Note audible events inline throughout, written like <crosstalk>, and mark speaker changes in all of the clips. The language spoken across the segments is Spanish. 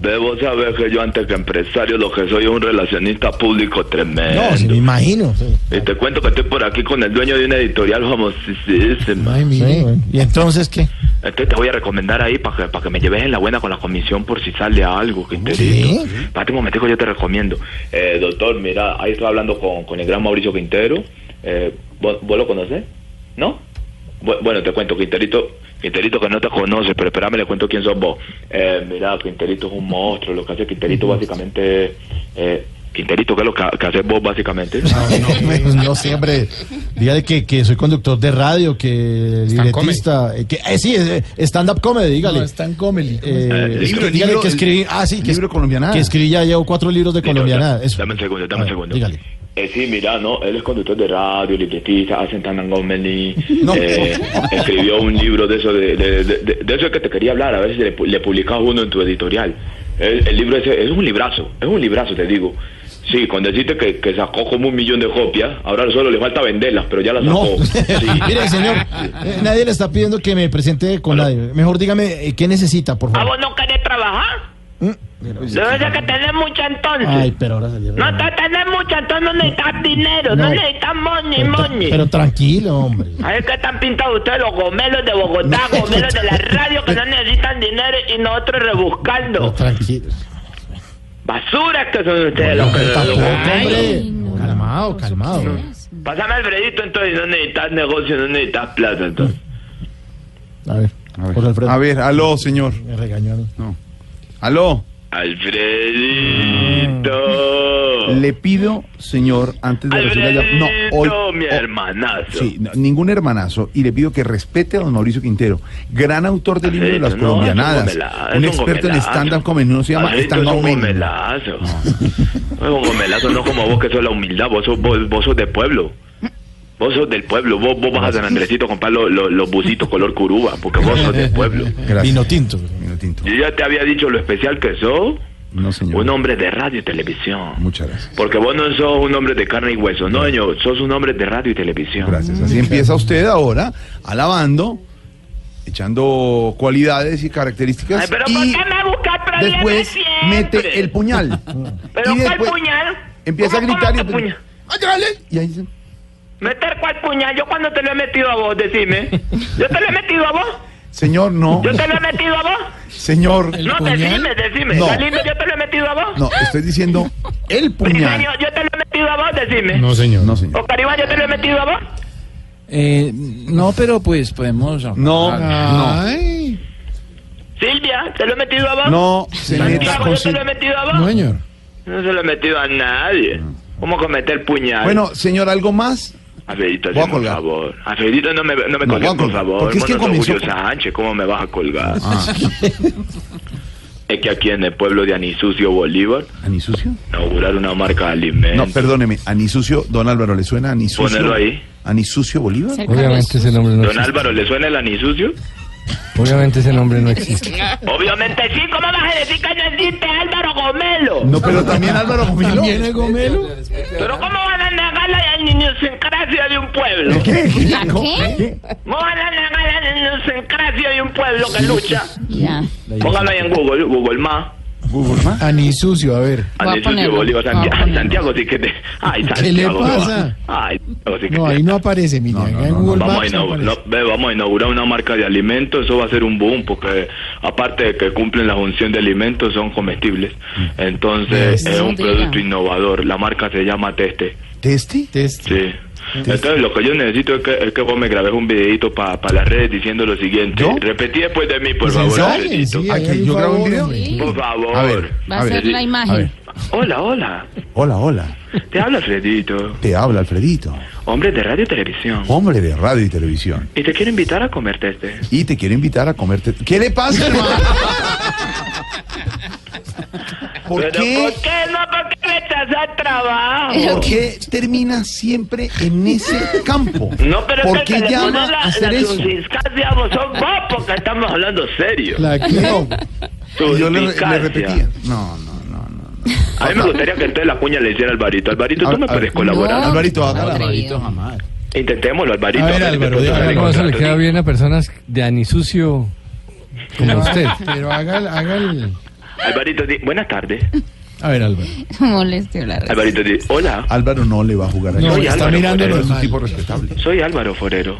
Speaker 1: Debo saber que yo antes que empresario lo que soy es un relacionista público tremendo.
Speaker 2: No, sí, me imagino. Sí.
Speaker 1: Y te cuento que estoy por aquí con el dueño de una editorial famosísima.
Speaker 2: Ay, mire, bueno. ¿Y entonces qué?
Speaker 1: Entonces te voy a recomendar ahí para que, para que me lleves en la buena con la comisión por si sale algo, Quinterito.
Speaker 2: ¿Sí?
Speaker 1: Espérate un momentico, yo te recomiendo. Eh, doctor, mira, ahí estoy hablando con, con el gran Mauricio Quintero. Eh, ¿vos, vos lo conocés? ¿No? Bu- Bueno, te cuento, Quinterito, Quinterito que no te conoce, pero espérame, le cuento quién sos vos. Eh, mira, Quinterito es un monstruo, lo que hace Quinterito básicamente... Eh, Quinterito, ¿qué es lo que, que haces vos básicamente?
Speaker 2: Ah, <laughs> No, no, sé, hombre. Dígale que, que soy conductor de radio, que libretista. eh, que, eh, sí, eh, stand-up comedy, dígale.
Speaker 3: No, stand comedy.
Speaker 2: Eh,
Speaker 1: Eh, libro,
Speaker 2: dígale
Speaker 3: libro,
Speaker 2: que escribí. Ah, sí, que,
Speaker 3: libro colombianada.
Speaker 2: Que escribí ya llevo cuatro libros de colombiana.
Speaker 1: Dame- Dame un segundo, dame un segundo.
Speaker 2: Dígale.
Speaker 1: Eh, sí, mira, no, él es conductor de radio, libretista, hace Tantan Gomeli,
Speaker 2: <laughs> No.
Speaker 1: eh, escribió un libro de eso, de, de, de- de- de eso que te quería hablar, a ver si le, pu- le publicas uno en tu editorial. El, el libro ese es un librazo, es un librazo, te digo. Sí, con decirte que, que sacó como un millón de copias, ahora solo le falta venderlas, pero ya las
Speaker 2: No, <laughs>
Speaker 1: sacó. Sí.
Speaker 2: mire señor, eh, nadie le está pidiendo que me presente con nadie. Mejor dígame eh, qué necesita, por
Speaker 4: ¿A
Speaker 2: favor.
Speaker 4: vos no querés trabajar? Debe ser que tenés mucho
Speaker 1: Ah,
Speaker 4: entonces.
Speaker 2: Mm. Ay, pero ahora salió.
Speaker 4: no, te tenés mucho entonces no necesitas dinero, no,
Speaker 2: No. eh,
Speaker 4: necesitas money,
Speaker 2: Pero,
Speaker 4: money.
Speaker 2: pero tranquilo, hombre.
Speaker 4: Ay, es que están pintados ustedes los gomelos de Bogotá,
Speaker 2: No.
Speaker 4: gomelos de la radio que no necesitan dinero y nosotros
Speaker 2: Pero
Speaker 4: rebuscando.
Speaker 2: tranquilo.
Speaker 4: Basura que son ustedes los que
Speaker 2: Pero tampoco,
Speaker 4: Ay,
Speaker 2: hombre. Calmado, calmado.
Speaker 1: Pásame Alfredito entonces, no necesitas negocio, no necesitas plata entonces.
Speaker 2: Mm. A ver, Jorge Alfredo.
Speaker 3: A ver, Ah, aló, señor.
Speaker 2: Me regañó. a mí.
Speaker 3: Aló.
Speaker 1: Alfredito.
Speaker 3: Le pido, señor, antes de recibir la llam-
Speaker 1: Alfredito,
Speaker 3: No, hoy-
Speaker 1: mi
Speaker 3: hoy-
Speaker 1: hermanazo.
Speaker 3: Sí, no, ningún hermanazo. Y le pido que respete a don Mauricio Quintero, gran autor del este libro de las
Speaker 1: Alfredito, no,
Speaker 3: colombianadas.
Speaker 1: es un gomelazo,
Speaker 3: un
Speaker 1: es un
Speaker 3: experto en
Speaker 1: gomelazo.
Speaker 3: stand-up comedy. Uno se llama
Speaker 1: Alfredito,
Speaker 3: stand-up
Speaker 1: es un
Speaker 3: comedy.
Speaker 1: gomelazo. Es un gomelazo, <laughs> no como vos que sos la humildad, vos sos, vos, vos sos de pueblo. Vos sos del pueblo, vos, vos vas a San Andresito a comprar los, los, los busitos color curuba, porque vos sos del
Speaker 3: <laughs>
Speaker 1: pueblo.
Speaker 3: Gracias.
Speaker 2: Vino tinto.
Speaker 3: Vino tinto.
Speaker 1: Yo ya te había dicho lo especial que sos,
Speaker 3: No, señor.
Speaker 1: un hombre de radio y televisión.
Speaker 3: Muchas gracias.
Speaker 1: Porque vos no sos un hombre de carne y hueso, no, señor, sos un hombre de radio y televisión.
Speaker 3: Gracias. Así empieza usted ahora, alabando, echando cualidades y características.
Speaker 4: Ay, pero
Speaker 3: y
Speaker 4: ¿por qué me buscas problemas
Speaker 3: después
Speaker 4: siempre?
Speaker 3: mete el puñal.
Speaker 4: <laughs> ¿Pero
Speaker 3: y
Speaker 4: cuál
Speaker 3: después
Speaker 4: puñal?
Speaker 3: Empieza a
Speaker 4: ¿Cómo
Speaker 3: gritar y,
Speaker 4: coloca puñal?
Speaker 3: ¡Ay, dale! y ahí se-
Speaker 4: ¿Meter cuál puñal? Yo cuando te lo he metido a vos, decime. ¿Yo te lo he metido a vos?
Speaker 3: Señor, no.
Speaker 4: ¿Yo te lo he metido a vos?
Speaker 3: <laughs> Señor.
Speaker 4: <laughs> No, decime, decime.
Speaker 3: No.
Speaker 4: Galino, yo te lo he metido a vos.
Speaker 3: No, estoy diciendo el puñal.
Speaker 4: Briseño, yo te lo he metido a vos, decime.
Speaker 2: No, señor.
Speaker 3: No, señor.
Speaker 4: O Caribán, yo te lo he metido a vos.
Speaker 5: Eh, no, pero pues podemos.
Speaker 3: No,
Speaker 2: Ah,
Speaker 3: no.
Speaker 2: Ay,
Speaker 4: Silvia, te lo he metido a vos.
Speaker 3: No se meta
Speaker 4: Santiago,
Speaker 3: con
Speaker 4: yo te
Speaker 3: Sil-
Speaker 4: lo he metido a vos.
Speaker 2: no, señor.
Speaker 4: No se lo he metido a nadie. ¿Cómo cometer puñal?
Speaker 3: Mm. Bueno, señor, ¿algo más?
Speaker 1: Alfredito,
Speaker 3: Voy a
Speaker 1: hazme un
Speaker 3: colgar.
Speaker 1: favor. Alfredito, no me, no me
Speaker 3: No,
Speaker 1: colgues,
Speaker 3: voy a
Speaker 1: por
Speaker 3: colgar,
Speaker 1: favor.
Speaker 3: porque es que
Speaker 1: Bueno, soy
Speaker 3: comenzó
Speaker 1: Julio
Speaker 3: con- Ah.
Speaker 1: Sánchez, ¿cómo me vas a colgar?
Speaker 4: <laughs>
Speaker 1: Es que aquí en el pueblo de Anisucio Bolívar,
Speaker 3: ¿Anisucio?
Speaker 1: inaugurar una marca de alimentos.
Speaker 3: No, perdóneme. Anisucio, don Álvaro, ¿le suena Anisucio?
Speaker 1: Ponelo ahí.
Speaker 3: ¿Anisucio Bolívar?
Speaker 5: Obviamente ese nombre no
Speaker 1: Don
Speaker 5: existe.
Speaker 1: Álvaro, ¿le suena el Anisucio?
Speaker 5: Obviamente ese nombre no existe.
Speaker 2: <laughs>
Speaker 4: Obviamente sí, ¿cómo vas a decir que no existe Álvaro Gomelo?
Speaker 3: No, pero también Álvaro Gomelo.
Speaker 2: Gomelo?
Speaker 4: Pero ¿cómo van a negar la idiosincrasia de un pueblo?
Speaker 3: ¿La qué?
Speaker 4: ¿Cómo van a negar la idiosincrasia de un pueblo que lucha? Póngalo ahí en Google, Google Más.
Speaker 3: Google Maps.
Speaker 2: Ani Ah, sucio, a ver.
Speaker 6: Voy a
Speaker 1: Anisucio
Speaker 6: ponerlo.
Speaker 1: Bolívar,
Speaker 6: Voy a
Speaker 1: Santiago,
Speaker 6: ponerlo.
Speaker 1: Santiago sí que te... Ay, Santiago.
Speaker 2: le
Speaker 1: no.
Speaker 2: pasa?
Speaker 1: Ay, Santiago sí que
Speaker 2: No,
Speaker 1: te-
Speaker 2: ahí no aparece, mire.
Speaker 3: No, no,
Speaker 2: acá en
Speaker 3: no, no.
Speaker 2: Google
Speaker 1: Vamos a,
Speaker 2: Maps no
Speaker 1: inaugurar,
Speaker 2: aparece.
Speaker 1: ve, vamos a inaugurar una marca de alimentos, eso va a ser un boom, porque aparte de que cumplen la función de alimentos, son comestibles.
Speaker 3: Mm.
Speaker 1: Entonces, es
Speaker 6: No
Speaker 1: un
Speaker 6: diga.
Speaker 1: producto innovador. La marca se llama Teste.
Speaker 3: ¿Testi?
Speaker 2: Test.
Speaker 1: Sí. Entonces, lo que yo necesito es que, es que vos me grabes un videito para las redes diciendo lo siguiente.
Speaker 3: ¿Yo?
Speaker 1: Repetí después de mí, por
Speaker 2: Pues
Speaker 1: favor.
Speaker 2: ensayes,
Speaker 1: Alfredito.
Speaker 2: sí,
Speaker 3: ¿A
Speaker 2: ahí
Speaker 3: que
Speaker 2: hay
Speaker 3: yo grabo un
Speaker 2: favor,
Speaker 3: video?
Speaker 2: hombre.
Speaker 1: Por favor.
Speaker 3: A ver.
Speaker 6: Va a ser
Speaker 3: ver.
Speaker 6: la imagen.
Speaker 3: A ver.
Speaker 1: Hola, hola.
Speaker 3: Hola, hola.
Speaker 1: Te habla Fredito.
Speaker 3: Te habla Alfredito.
Speaker 1: Hombre de radio y televisión.
Speaker 3: Hombre de radio y televisión.
Speaker 1: Y te quiero invitar a comerte este.
Speaker 3: Y te quiere invitar a comerte. ¿Qué le
Speaker 1: <laughs>
Speaker 3: pasa, hermano? ¿Por
Speaker 1: ¿Pero
Speaker 3: qué,
Speaker 1: por qué no? ¿Por qué me estás al trabajo?
Speaker 3: ¿Por qué termina siempre en ese campo?
Speaker 1: <laughs> No, pero
Speaker 3: ¿Por
Speaker 1: es que
Speaker 3: qué
Speaker 1: le
Speaker 3: llama
Speaker 1: pones la,
Speaker 3: a hacer
Speaker 1: las
Speaker 3: eso?
Speaker 1: tunciscas, digamos, son vos, porque estamos hablando serio.
Speaker 2: La Cleo.
Speaker 3: Y Yo le, le
Speaker 1: Tunciscas,
Speaker 3: repetía. No, no, no, no.
Speaker 1: A mí me gustaría que entonces la cuña le hiciera al Alvarito. Alvarito,
Speaker 3: Al-
Speaker 1: tú me
Speaker 3: al-
Speaker 1: puedes colaborar.
Speaker 6: No.
Speaker 3: Alvarito, haga la
Speaker 6: Atrevido.
Speaker 1: Intentémoslo, Alvarito.
Speaker 3: A ver,
Speaker 1: ver si
Speaker 3: Álvaro,
Speaker 1: te
Speaker 3: diga
Speaker 1: puedo
Speaker 3: algo.
Speaker 1: hacer
Speaker 5: ¿Cómo se le
Speaker 1: contrato.
Speaker 5: queda bien a personas de anisucio como usted?
Speaker 2: Pero haga el, haga el.
Speaker 1: Alvarito, di- buenas tardes.
Speaker 2: A ver, Álvaro.
Speaker 6: <laughs> Molestio la red.
Speaker 1: Alvarito, di- hola,
Speaker 3: Álvaro no le va a jugar a
Speaker 2: No,
Speaker 3: eso.
Speaker 1: Oye,
Speaker 2: está
Speaker 1: Álvaro,
Speaker 2: mirándolo
Speaker 1: pero
Speaker 3: es un
Speaker 2: mal.
Speaker 3: tipo respetable.
Speaker 1: soy Álvaro Forero.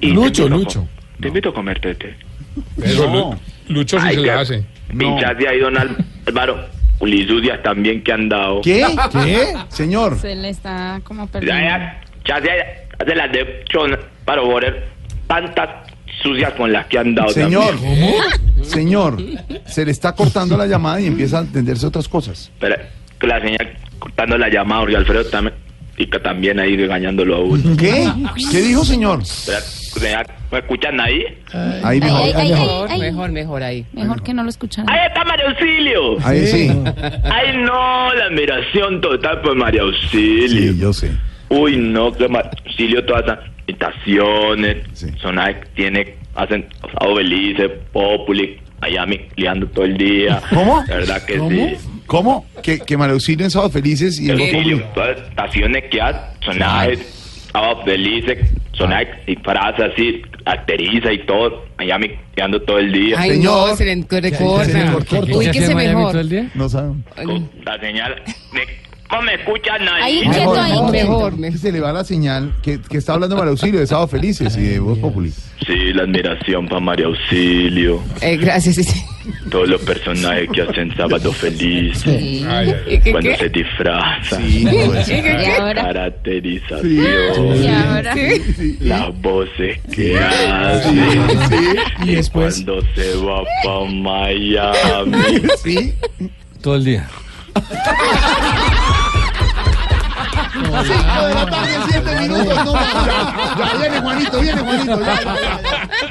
Speaker 1: Y te
Speaker 2: Lucho,
Speaker 1: invito a
Speaker 2: Lucho.
Speaker 1: com- Te invito a comerte este.
Speaker 7: Eso,
Speaker 3: No.
Speaker 7: Lu- Lucho sí
Speaker 1: Ay,
Speaker 7: se
Speaker 1: qué-
Speaker 7: la hace.
Speaker 1: Pinchas de ahí, don Al- Álvaro. Lisudias también que han dado.
Speaker 3: ¿Qué? <laughs> ¿Qué? Señor.
Speaker 6: Se le está como
Speaker 1: Ya,
Speaker 6: perdiendo.
Speaker 1: ya, ya se- de las de Chon, para Borer, tantas sucias con las que han dado.
Speaker 3: Señor.
Speaker 1: también.
Speaker 3: Señor. Se le está cortando la llamada y empieza a entenderse otras cosas.
Speaker 1: Pero que la señal cortando la llamada, porque Alfredo también, y que también ahí regañándolo a uno.
Speaker 3: ¿Qué? ¿Qué dijo, señor?
Speaker 1: Pero, señal, ¿Me escuchan ahí?
Speaker 3: Ahí dijo.
Speaker 6: Ay, ay, ay,
Speaker 8: Mejor,
Speaker 6: ay.
Speaker 8: mejor, mejor ahí.
Speaker 6: Mejor que no lo escucharan.
Speaker 1: ¡Ahí está María Auxilio!
Speaker 3: Ahí sí.
Speaker 1: ¡Ay, no! La admiración total por María Auxilio.
Speaker 3: Sí, yo sé.
Speaker 1: Uy, no, que María Auxilio todas esas imitaciones,
Speaker 3: Sí.
Speaker 1: son ahí, tiene, hacen a Belice, Populi, Miami, liando todo el día.
Speaker 3: ¿Cómo?
Speaker 1: La verdad que sí.
Speaker 3: ¿Cómo? Que, que María Auxilio en Sábado Felices y en
Speaker 1: Auxilio,
Speaker 3: Populi.
Speaker 1: todas las estaciones que hace, son ahí, Sábado Felices, son
Speaker 8: Ah.
Speaker 1: ahí, disfraza así, acteriza y todo, Miami, liando todo el día.
Speaker 8: Ay,
Speaker 3: Señor.
Speaker 8: no, se le
Speaker 3: Se le
Speaker 8: recorta.
Speaker 3: cortó.
Speaker 8: Uy, que se mejor.
Speaker 3: No saben.
Speaker 8: Ay,
Speaker 1: La señal, me, ¿cómo me escuchan ahí?
Speaker 6: Ahí, Quieto ahí,
Speaker 3: mejor,
Speaker 6: quieto.
Speaker 3: mejor. Que Se le va la señal que, que está hablando María Auxilio de Sábado Felices y de Voz Populi.
Speaker 1: Sí, la admiración para María Auxilio,
Speaker 8: eh, gracias. sí, sí.
Speaker 1: todos los personajes que hacen Sábado Feliz,
Speaker 7: Ay, ay,
Speaker 8: ¿Y qué,
Speaker 1: cuando
Speaker 8: qué?
Speaker 1: se disfraza,
Speaker 8: ¿Y qué,
Speaker 6: Y
Speaker 8: qué?
Speaker 6: ahora.
Speaker 1: caracterización,
Speaker 6: Y ahora.
Speaker 1: las voces que hace, y cuando se va para Miami.
Speaker 3: Sí.
Speaker 5: Todo el día.
Speaker 3: Cinco de la tarde, siete minutos. No, ya, ya viene Juanito, viene Juanito. ya, ya, ya.